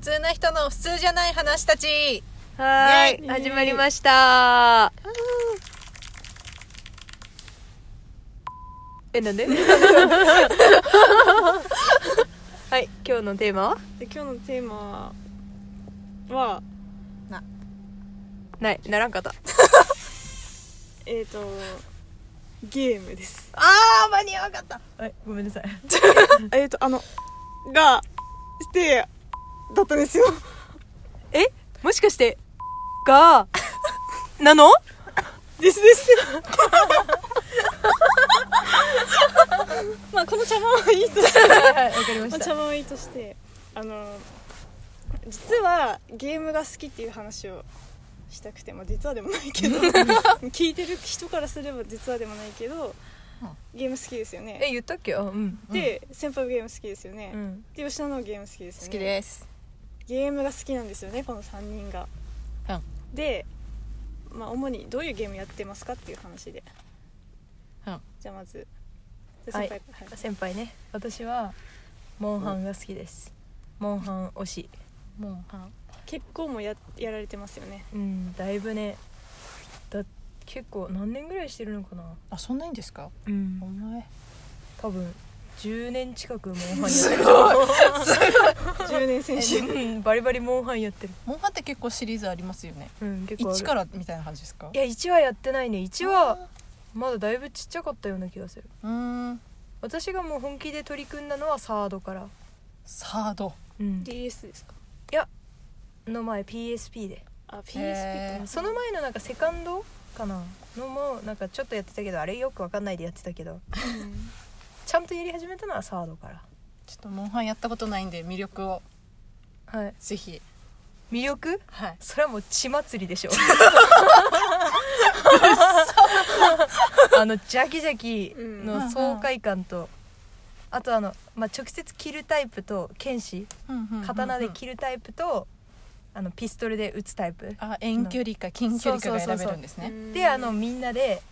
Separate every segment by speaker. Speaker 1: 通な人の普通じゃない話たち
Speaker 2: は
Speaker 1: イ
Speaker 2: ー
Speaker 1: ェ
Speaker 2: い
Speaker 1: イ
Speaker 2: 始まりましたえなん ではい今日のテーマは
Speaker 3: で今日のテーマは
Speaker 2: ないならんかった
Speaker 3: えっ、ー、とゲームです
Speaker 1: あー間に合わなかった
Speaker 2: はいごめんなさい
Speaker 3: えっとあのがしてだったんですよ
Speaker 2: えもしかしてがなの
Speaker 3: ですです
Speaker 1: まあこの茶番はいいと
Speaker 2: はいわかりま
Speaker 3: お茶もいいとしてあの実はゲームが好きっていう話をしたくてまあ実はでもない けど聞いてる人からすれば実はでもないけどゲーム好きですよね
Speaker 2: え言ったっけあうん
Speaker 3: で先輩もゲーム好きですよね、
Speaker 2: うん
Speaker 3: で吉田のゲーム好きですよ
Speaker 1: 好き
Speaker 3: ね
Speaker 1: です
Speaker 3: ゲームが好きなんですよねこの3人が、
Speaker 1: うん
Speaker 3: で、まあ、主にどういうゲームやってますかっていう話で、
Speaker 1: うん
Speaker 3: じゃあまずじゃあ
Speaker 2: はい
Speaker 3: 先輩からはい
Speaker 2: 先輩ね私はモンハンが好きですモンハン推し
Speaker 1: もうは
Speaker 3: 結構もうややられてますよ ね
Speaker 2: うんだいぶねだ結構何年ぐらいしてるのかな
Speaker 1: あそんないんですか
Speaker 2: うん
Speaker 1: お前
Speaker 2: 多分10年近くモンハンやってる
Speaker 3: 10年選手
Speaker 2: うんバリバリモンハンやってる
Speaker 1: モンハンって結構シリーズありますよね
Speaker 2: うん結構ある
Speaker 1: 1からみたいな感じですか
Speaker 2: いや1はやってないね1はまだだいぶちっちゃかったような気がする
Speaker 1: うーん
Speaker 2: 私がもう本気で取り組んだのはサードから
Speaker 1: サード
Speaker 2: うん
Speaker 3: DS ですか
Speaker 2: の前 PSP で
Speaker 3: あ PSP
Speaker 1: へー
Speaker 3: か
Speaker 2: その前のなんかセカンドかなのもなんかちょっとやってたけどあれよくわかんないでやってたけど
Speaker 3: うん
Speaker 2: ちゃんとやり始めたのはサードから
Speaker 1: ちょっとモンハンやったことないんで魅力を
Speaker 2: はい
Speaker 1: ぜひ
Speaker 2: 魅力
Speaker 1: はい
Speaker 2: それはもう血祭りでしょあのジャキジャキの爽快感と、あとあの、まあ、直接切るタイプと剣士刀で切るタイプと、あのピストルで撃つタイプ
Speaker 1: あ遠距離か近距離かが選べるんですね
Speaker 3: うん
Speaker 2: であのみんなで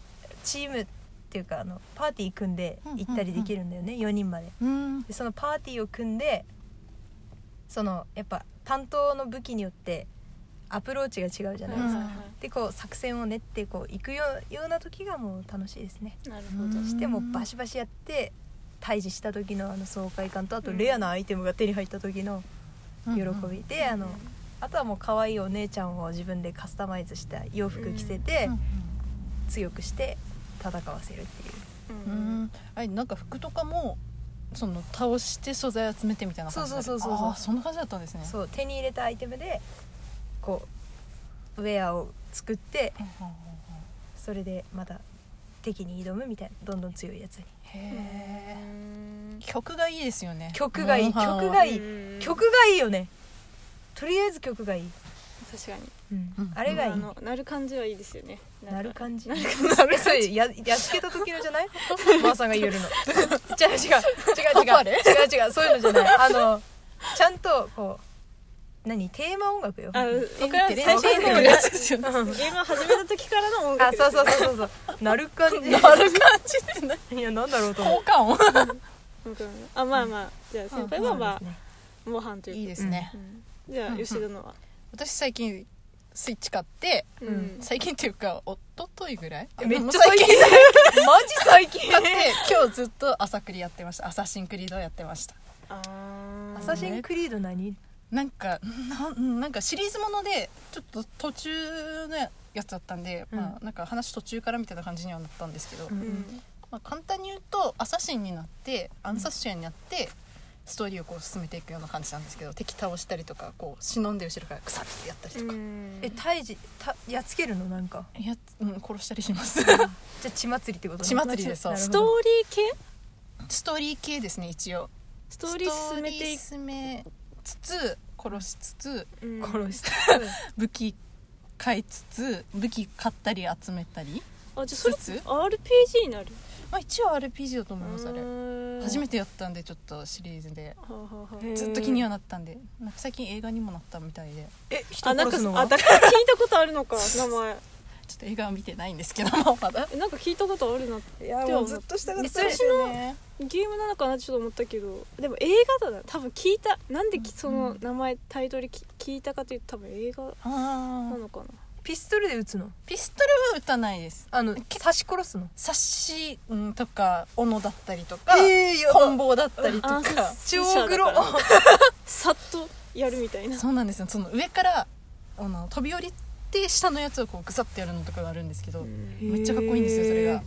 Speaker 2: チームっていうかあのパーティー組んで
Speaker 1: うんうんうん
Speaker 2: 行ったりできるんだよね、4人まで
Speaker 1: うん
Speaker 2: でそのパーティーを組んでそのやっぱ担当の武器によってアプローチが違うじゃ
Speaker 3: は
Speaker 2: ないいですか、
Speaker 3: は
Speaker 1: う
Speaker 3: い
Speaker 1: ん
Speaker 3: は
Speaker 2: でこう作戦を練ってこう行くよような時がもう楽しいですね
Speaker 3: いなる
Speaker 1: うん
Speaker 2: してもうバシバシやって退治した時のあの爽快感とあとレアなアイテムが手に入った時の喜び、であのあとはもう可愛いお姉ちゃんを自分でカスタマイズした洋服着せて強くして戦わせるっていう
Speaker 3: ほ
Speaker 1: う
Speaker 3: どうん
Speaker 1: んあれなんか服とかもその倒して素材集めてみたいな感じだった
Speaker 2: そうそうそうそう
Speaker 1: あーそんな感じだったんですね
Speaker 2: そう手に入れたアイテムでこうウェアを作って
Speaker 1: うんうんうんうん
Speaker 2: それでまた敵に挑むみたいなどんどん強いやつに
Speaker 3: う
Speaker 1: へえ
Speaker 3: ん
Speaker 1: 曲がいいですよね
Speaker 2: 曲がいい
Speaker 1: モンハンは
Speaker 2: 曲がいい
Speaker 3: うん
Speaker 2: 曲がいいよねとりあえず曲がいい、
Speaker 3: 確かに
Speaker 1: うん
Speaker 2: あれがいい
Speaker 3: あのなる感じはいいですよね
Speaker 2: なる感じ
Speaker 3: なる感
Speaker 2: えそれ ややっつけた時のじゃないマーさんが言えるの 違う違う違う
Speaker 1: パパ
Speaker 2: 違う違う違うそういうのじゃないあのちゃんとこう何テーマ音楽よ
Speaker 3: あ
Speaker 2: うん
Speaker 3: わからん
Speaker 1: テレビ
Speaker 3: 最初
Speaker 1: テレビ
Speaker 3: の
Speaker 1: のやつですよ ね
Speaker 3: ゲームを始めた時からの音楽
Speaker 2: あ
Speaker 3: です
Speaker 2: そ
Speaker 3: よ
Speaker 2: う
Speaker 3: ね
Speaker 2: そうそうそうそうなる感じ
Speaker 1: なる感じってない
Speaker 2: いやなんだろうと思
Speaker 1: 効
Speaker 2: う
Speaker 1: 果音
Speaker 3: わかんないあまあまあじゃあ先輩はま
Speaker 2: そうですね
Speaker 3: あ模範という
Speaker 1: いいですすね
Speaker 3: じゃ
Speaker 1: う
Speaker 3: あ
Speaker 1: んうん
Speaker 3: 吉田のは
Speaker 1: 私最近スイッチ買って
Speaker 3: うんん
Speaker 1: 最近っていうか一昨日ぐらい
Speaker 2: め
Speaker 1: あ
Speaker 2: っちゃ
Speaker 1: でも
Speaker 2: 最近 マジ最 近
Speaker 1: 買って今日ずっと朝クリやってましたアサシンクリードやってました
Speaker 3: あー
Speaker 2: アサシンクリード何
Speaker 1: なんかなんなんかシリーズものでちょっと途中のやつだったんで、
Speaker 2: うん
Speaker 1: まあ、なんか話途中からみたいな感じにはなったんですけど、
Speaker 2: う
Speaker 3: うんん
Speaker 1: まあ、簡単に言うとアサシンになって暗殺者になって、ストーリーをこう進めていくような感じなんですけど敵倒したりとかこう忍んで後ろからクサってやったりとか、
Speaker 3: うん
Speaker 2: え退治たやっつけるのなんか
Speaker 1: いやうん、殺したりします
Speaker 2: じゃあ血祭りってことね
Speaker 1: 血祭りですそう
Speaker 2: なる
Speaker 3: ス
Speaker 2: ほ
Speaker 3: トー
Speaker 2: ど
Speaker 3: リー系
Speaker 1: ストーリー系ですね一応
Speaker 3: ストーリー進めていく
Speaker 1: ストーリー進めつつ殺しつつ
Speaker 3: うん
Speaker 2: 殺し
Speaker 1: 武器買いつつ武器買ったり集めたり、
Speaker 3: あじゃあそれ
Speaker 1: つつ
Speaker 3: RPG になる
Speaker 1: まあ、一応 RPG だと思いますあれ初め
Speaker 3: て
Speaker 1: てやったんでちょっとシリーズで
Speaker 3: はあはあは
Speaker 2: へ
Speaker 3: あ
Speaker 2: ー
Speaker 1: ずっと気にはなったんでなんか最近映画にもなったみたいで
Speaker 2: え人
Speaker 3: あなん
Speaker 2: 殺
Speaker 3: か
Speaker 2: すの
Speaker 3: あ
Speaker 2: は
Speaker 3: だから聞いたことあるのか
Speaker 1: ち
Speaker 3: 名前
Speaker 1: ょっと映画は見てないんですけど もまだ
Speaker 3: えなんか聞いたことあるない
Speaker 4: や
Speaker 3: でも
Speaker 4: もうずっとしたかった
Speaker 1: え
Speaker 4: で
Speaker 1: そ
Speaker 4: すよね
Speaker 3: ゲームなのかなってちょっと思ったけどでも映画だな多分聞いたなんできその名前タイトルき聞いたかというと多分映画
Speaker 1: あ
Speaker 3: な
Speaker 1: ー
Speaker 3: のかな
Speaker 2: ピストルで撃つの
Speaker 1: ピストルは打たないです
Speaker 2: あの刺し殺すの
Speaker 1: サッシうんとか斧だったりとか、
Speaker 2: えーやだ
Speaker 1: 棍棒だったりと
Speaker 3: あ
Speaker 1: か
Speaker 3: ー
Speaker 2: 超グロ
Speaker 3: さっとやるみたいな
Speaker 1: そうなんですよその上からあの飛び降りて下のやつをこうグサッてやるのとかがあるんですけど、めっちゃかっこいいんですよそれが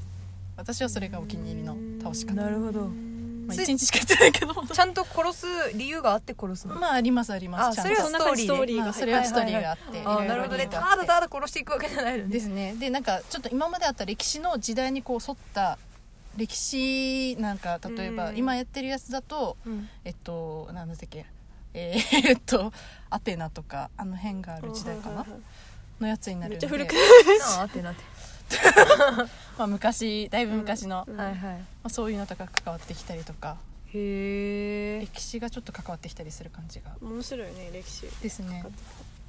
Speaker 1: 私はそれがお気に入りの倒し方
Speaker 2: なるほど
Speaker 1: まあ、1日しかやってないけど
Speaker 2: ちゃんと殺す理由があって殺すの、
Speaker 1: まあありますあります
Speaker 2: あ
Speaker 1: ちゃん
Speaker 2: それ
Speaker 1: と
Speaker 2: は
Speaker 3: その中にストーリー
Speaker 1: ま
Speaker 3: が
Speaker 1: あそ
Speaker 3: 入
Speaker 1: れ
Speaker 3: っ
Speaker 1: は
Speaker 3: て
Speaker 1: ストーリーがあって、
Speaker 2: あーなる
Speaker 1: いろい
Speaker 2: ほどね
Speaker 1: ろ理由
Speaker 2: た
Speaker 1: があっ
Speaker 2: だ
Speaker 1: て
Speaker 2: ただ殺していくわけじゃないのね
Speaker 1: ですねでなんかちょっと今まであった歴史の時代にこう沿った歴史なんか例えば、
Speaker 3: うん
Speaker 1: 今やってるやつだと
Speaker 2: うん
Speaker 1: えっと何だったっけえー えっとアテナとかあの辺がある時代かな
Speaker 3: はいはいはい
Speaker 1: のやつになる
Speaker 3: め
Speaker 1: ん
Speaker 3: っ
Speaker 1: で
Speaker 3: ちゃ古く
Speaker 2: なあってなって
Speaker 1: まあ、昔だいぶ昔の、ま
Speaker 2: はいはい
Speaker 1: あ、そういうのとか関わってきたりとか
Speaker 2: へえ
Speaker 1: 歴史がちょっと関わってきたりする感じが
Speaker 3: 面白いね歴史
Speaker 1: ですね
Speaker 3: 関わって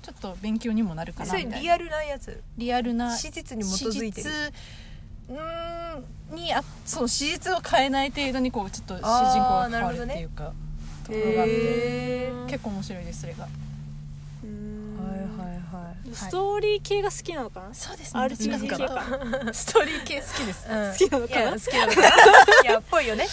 Speaker 1: ちょっと勉強にもなるかな
Speaker 2: そ
Speaker 1: み
Speaker 2: れ
Speaker 1: たいな
Speaker 2: リアルなやつ
Speaker 1: リアルな
Speaker 2: 史実に基づいてる
Speaker 1: 史実うーんにあそう史実を変えない程度にこうちょっと主人公が変わるっていうか、ところがあって
Speaker 2: へー
Speaker 1: 結構面白いですそれが
Speaker 3: うーん
Speaker 2: はいはいはい
Speaker 3: ストーリー系が好きなのかな、
Speaker 1: そうですね
Speaker 3: RPG 系
Speaker 1: か
Speaker 3: か ら
Speaker 1: ストーリー系好きです
Speaker 2: うん
Speaker 3: 好きなのか
Speaker 2: いや
Speaker 3: な
Speaker 2: 好きなの かないやっぽいよね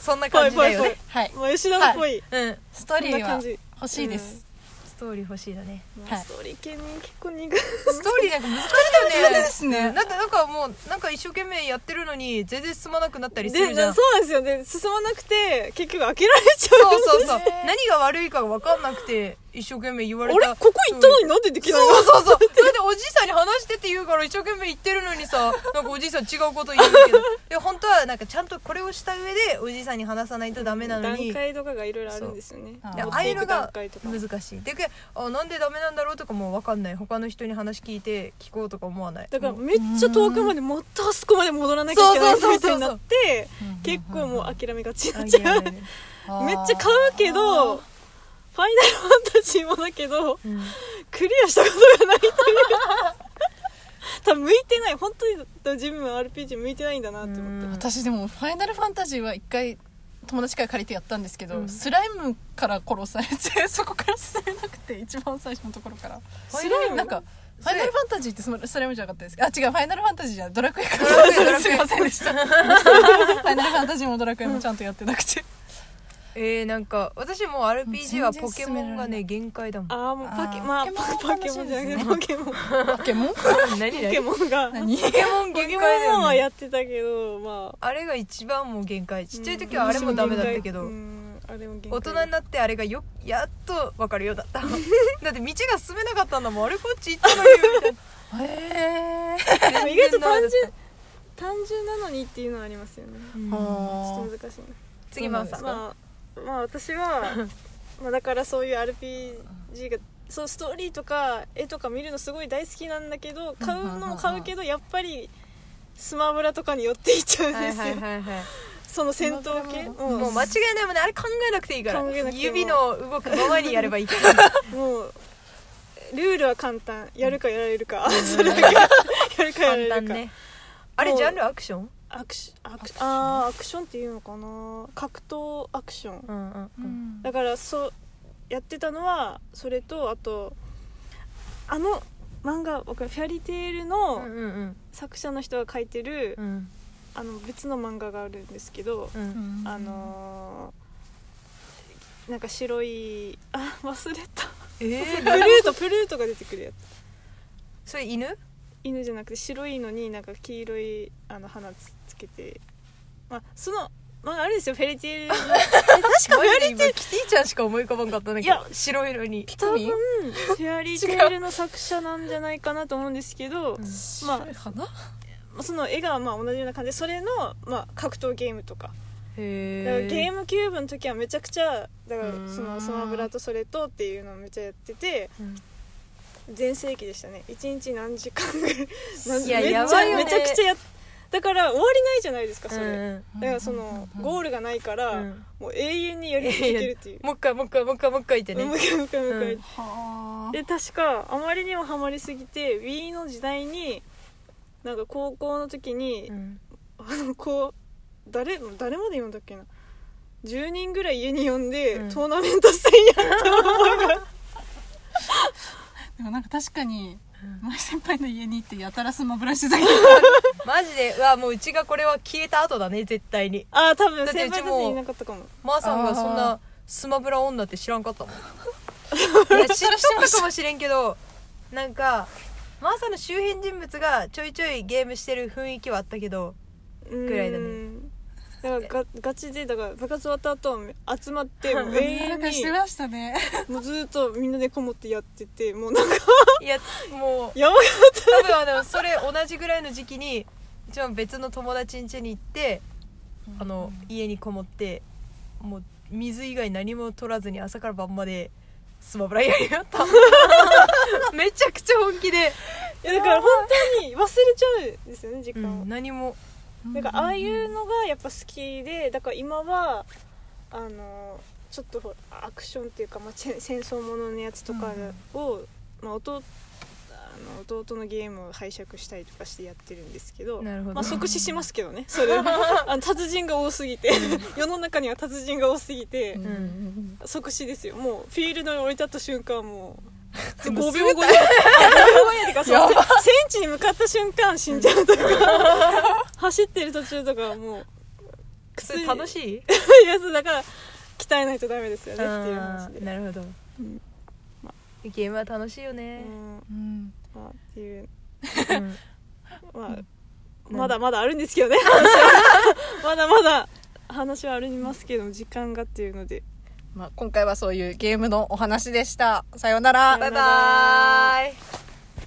Speaker 2: そんな感じだよ
Speaker 3: ぽい
Speaker 2: ね
Speaker 3: ぽ
Speaker 1: はい
Speaker 3: もう吉田っぽい、
Speaker 2: うん
Speaker 1: ストー
Speaker 3: こ
Speaker 1: リ
Speaker 3: んな
Speaker 1: ーは
Speaker 3: 感じ
Speaker 1: 欲しいです、
Speaker 2: ストーリー欲しいだね
Speaker 1: はい
Speaker 3: ストーリー系に結構苦手
Speaker 2: ストーリーなんか難しいよね
Speaker 1: すね
Speaker 2: だってなんかもうなんか一生懸命やってるのに全然進まなくなったりする
Speaker 3: で
Speaker 2: じゃんそ
Speaker 3: そううですよね進まなくて結局開けられちゃう
Speaker 2: そうそう何が悪いか分かんなくて一生懸命言われた
Speaker 3: 俺ここ行ったのになんでできないの
Speaker 2: そうそうそうそれでおじいさんに話してって言うから一生懸命言ってるのにさなんかおじいさん違うこと言うけ どで本当はなんかちゃんとこれをした上でおじいさんに話さないとダメなの
Speaker 3: 段
Speaker 2: にで
Speaker 3: 階とかがいろいろあるんですよね
Speaker 1: そう
Speaker 2: あ
Speaker 1: 持
Speaker 2: あいうの
Speaker 3: 段
Speaker 2: が
Speaker 3: 階とか
Speaker 2: 難しいでけあなんでダメなんだろうとかも分かんない他の人に話聞いて聞こうとか思わない
Speaker 3: だからめっちゃ遠くまでまたあそこまで戻らなきゃいけないみたいになって結構もう諦めがちになっちゃう
Speaker 2: あいやいやいや
Speaker 1: あー
Speaker 3: めっちゃ買うけどファイナルファンタジーもだけど
Speaker 2: うん
Speaker 3: クリアしたことがないという多分向いてない本当に自分は RPG 向いてないんだなって思って
Speaker 1: 私でも「ファイナルファンタジー」は一回友達から借りてやったんですけど、
Speaker 2: うん
Speaker 1: スライムから殺されてそこから進めなくて一番最初のところから
Speaker 2: スライム
Speaker 1: なんか「ファイナルファンタジー」ってそのスライムじゃなかったですかあ違う「ファイナルファンタジー」じゃないドラクエか
Speaker 2: ドラクエドラクエ
Speaker 1: すいませんでしたファイナルファンタジーもドラクエもちゃんとやってなくて
Speaker 2: えー、なんか私もう RPG はポケモ
Speaker 1: 全然進められ
Speaker 2: ンが
Speaker 1: な
Speaker 2: ね
Speaker 1: い
Speaker 2: 限界だもん
Speaker 3: ああもうパケ
Speaker 1: あー
Speaker 3: まあパ
Speaker 1: ポ
Speaker 3: ケ
Speaker 1: ケ
Speaker 3: モ
Speaker 1: モ
Speaker 3: ン
Speaker 1: ンの
Speaker 3: じゃ
Speaker 1: 話です
Speaker 3: なくて
Speaker 1: ね
Speaker 3: ポケモン
Speaker 1: ポケ モン
Speaker 2: 何
Speaker 3: ポケ
Speaker 2: 何
Speaker 3: モンが
Speaker 1: 何
Speaker 2: ポケモン
Speaker 3: ポケ
Speaker 2: 限界
Speaker 3: モ
Speaker 2: だよ、
Speaker 3: ンは
Speaker 2: ね、
Speaker 3: やってたけどまあ
Speaker 2: あれが一番もう限界ちっちゃい時はあれもダメだったけど、
Speaker 3: うんあれも限界
Speaker 2: 大人になってあれがよやっと分かるようだっただって道が進めなかったんだもんあれこっち行ったのよみた
Speaker 1: へ
Speaker 2: い
Speaker 1: え
Speaker 2: な
Speaker 3: 意外と
Speaker 2: 全然ダメ
Speaker 3: 単純
Speaker 2: だっ
Speaker 3: 単純なのにっていうのはありますよねち
Speaker 2: たうん
Speaker 3: ょっと難しい
Speaker 2: 次マンさん、
Speaker 3: なまあまあ私 はまあだからそういう RPG がそうストーリーとか絵とか見るのすごい大好きなんだけど買うのも買うけどやっぱりスマブラとかに寄っていっちゃうん
Speaker 2: は
Speaker 3: で
Speaker 2: い
Speaker 3: すよ、
Speaker 2: はいはいはい
Speaker 3: その戦闘系うん
Speaker 2: もう間違いないもんねあれ考えなくていいから
Speaker 3: 考えなくても
Speaker 2: 指の動くままにやればいいから
Speaker 3: もうルールは簡単やるかやられるか それだけやるかやられ
Speaker 2: 簡
Speaker 3: るか
Speaker 2: 単ねあれジャンルアクション
Speaker 3: アクシアクシあーアクションっていうのかな格闘アクション
Speaker 2: うんうんうん
Speaker 3: だからそうやってたのはそれとあとあの漫画わかるフェアリテール
Speaker 2: う
Speaker 3: の
Speaker 2: んうん
Speaker 3: 作者の人が書いてる、
Speaker 2: うん
Speaker 3: あの別の漫画があるんですけど、
Speaker 2: うんうん
Speaker 3: あのーなんか白いあ忘れた
Speaker 2: えー
Speaker 3: プル
Speaker 2: 誰
Speaker 3: ートプルートが出てくるやつ
Speaker 2: それ犬
Speaker 3: 犬じゃなくて白いのになんか黄色いあの花つつけて、まあ、その、まあ、あれですよフェリテールの
Speaker 2: 確かマジで今キティちゃんしか思い浮かばんかったんだけど
Speaker 3: いや
Speaker 2: 白色に
Speaker 3: 多分
Speaker 1: ミ
Speaker 3: フ ェアリテールの作者なんじゃないかなと思うんですけど、まあ
Speaker 1: 花
Speaker 3: その絵がまあ同じような感じでそれの、まあ、格闘ゲームとかだから
Speaker 2: へ
Speaker 3: ゲームキューブの時はめちゃくちゃだから
Speaker 2: うーん
Speaker 3: そのスマブラとそれとっていうのをめっちゃやってて
Speaker 2: うん
Speaker 3: 全盛期でしたね一日何時間ぐらい何
Speaker 2: いや
Speaker 3: めっちゃ
Speaker 2: やばいよね
Speaker 3: めちゃくちゃやっだから終わりないじゃないですかそれ、
Speaker 2: うん
Speaker 3: だからそのゴールがないから、
Speaker 2: うん
Speaker 3: もう永遠にやり続けるっていう
Speaker 2: もう一回もう一回もう一回もう一回ってね
Speaker 3: もう一回もう一回もう一回
Speaker 2: うん
Speaker 1: はあ
Speaker 3: で確かあまりにもハマりすぎて Wii の時代になんか高校の時に
Speaker 2: う、ん
Speaker 3: あのこう誰誰まで呼んだっけな10人ぐらい家に呼んで、
Speaker 2: うん
Speaker 3: トーナメント戦 やった覚えが
Speaker 1: でもなんか確かに前先輩の家に行ってやたらスマブラしてたけど
Speaker 2: マジでうわもううちがこれは消えた後だね絶対に
Speaker 3: ああ多分
Speaker 2: だってう
Speaker 3: 先
Speaker 2: ち
Speaker 3: 輩た
Speaker 2: も
Speaker 3: ちいなかったかも
Speaker 2: まーさんがそん
Speaker 1: あ
Speaker 2: なスマブラ女って知らんかったも んいや知っとったかもしれんけどなんかまーさんの周辺人物がちょいちょいゲームしてる雰囲気はあったけどぐらいだね
Speaker 3: うんだからがガチでだから部活終わった後は集 まってもう永
Speaker 1: な
Speaker 3: 遠
Speaker 1: んかして
Speaker 3: に
Speaker 1: ました ね
Speaker 3: もうずっとみんなでこもってやっててもうなんか
Speaker 2: いやもう
Speaker 3: やばい
Speaker 2: 多分あのそれ同じぐらいの時期に一番別の友達ん家に行ってあの家にこもってもう水以外何も取らずに朝から晩までスマブラやりよった めちゃくちゃ本気で、
Speaker 3: いやだから本当に忘れちゃうんですよね時
Speaker 2: う
Speaker 3: 間を、
Speaker 2: ん、何も
Speaker 3: なんかああいうのがやっぱ好きでだから今はあのちょっとほらアクションっていうか、まあ、チェ戦争もののやつとかを、まあ、弟あの弟のゲームを拝借したりとかしてやってるんですけど
Speaker 2: なるほど
Speaker 3: まあ、即死しますけどねそれあの達人が多すぎて世の中には達人が多すぎて
Speaker 1: うんうん
Speaker 3: 即死ですよもうフィールドに降り立った瞬間も う5
Speaker 1: も
Speaker 3: 秒
Speaker 1: う
Speaker 3: 後に5秒後にってかそう戦地に向かった瞬間死んじゃうとか 走ってる途中とかはもう
Speaker 2: それ楽しい
Speaker 3: いやつだから鍛えないとダメですよねっていう話
Speaker 2: あ
Speaker 3: で
Speaker 2: ーなるほど、
Speaker 3: うんま
Speaker 2: ゲームは楽しいよ
Speaker 3: う
Speaker 2: ね、
Speaker 3: ん
Speaker 1: うん
Speaker 3: まあっていう
Speaker 2: うん
Speaker 3: まあ
Speaker 2: うん
Speaker 3: まだまだあるんで すけどねまだまだ話はありますけど時間がっていうので
Speaker 1: まあ、今回はそういうゲームのお話でしたさようなら
Speaker 3: さようなら
Speaker 2: バイバイ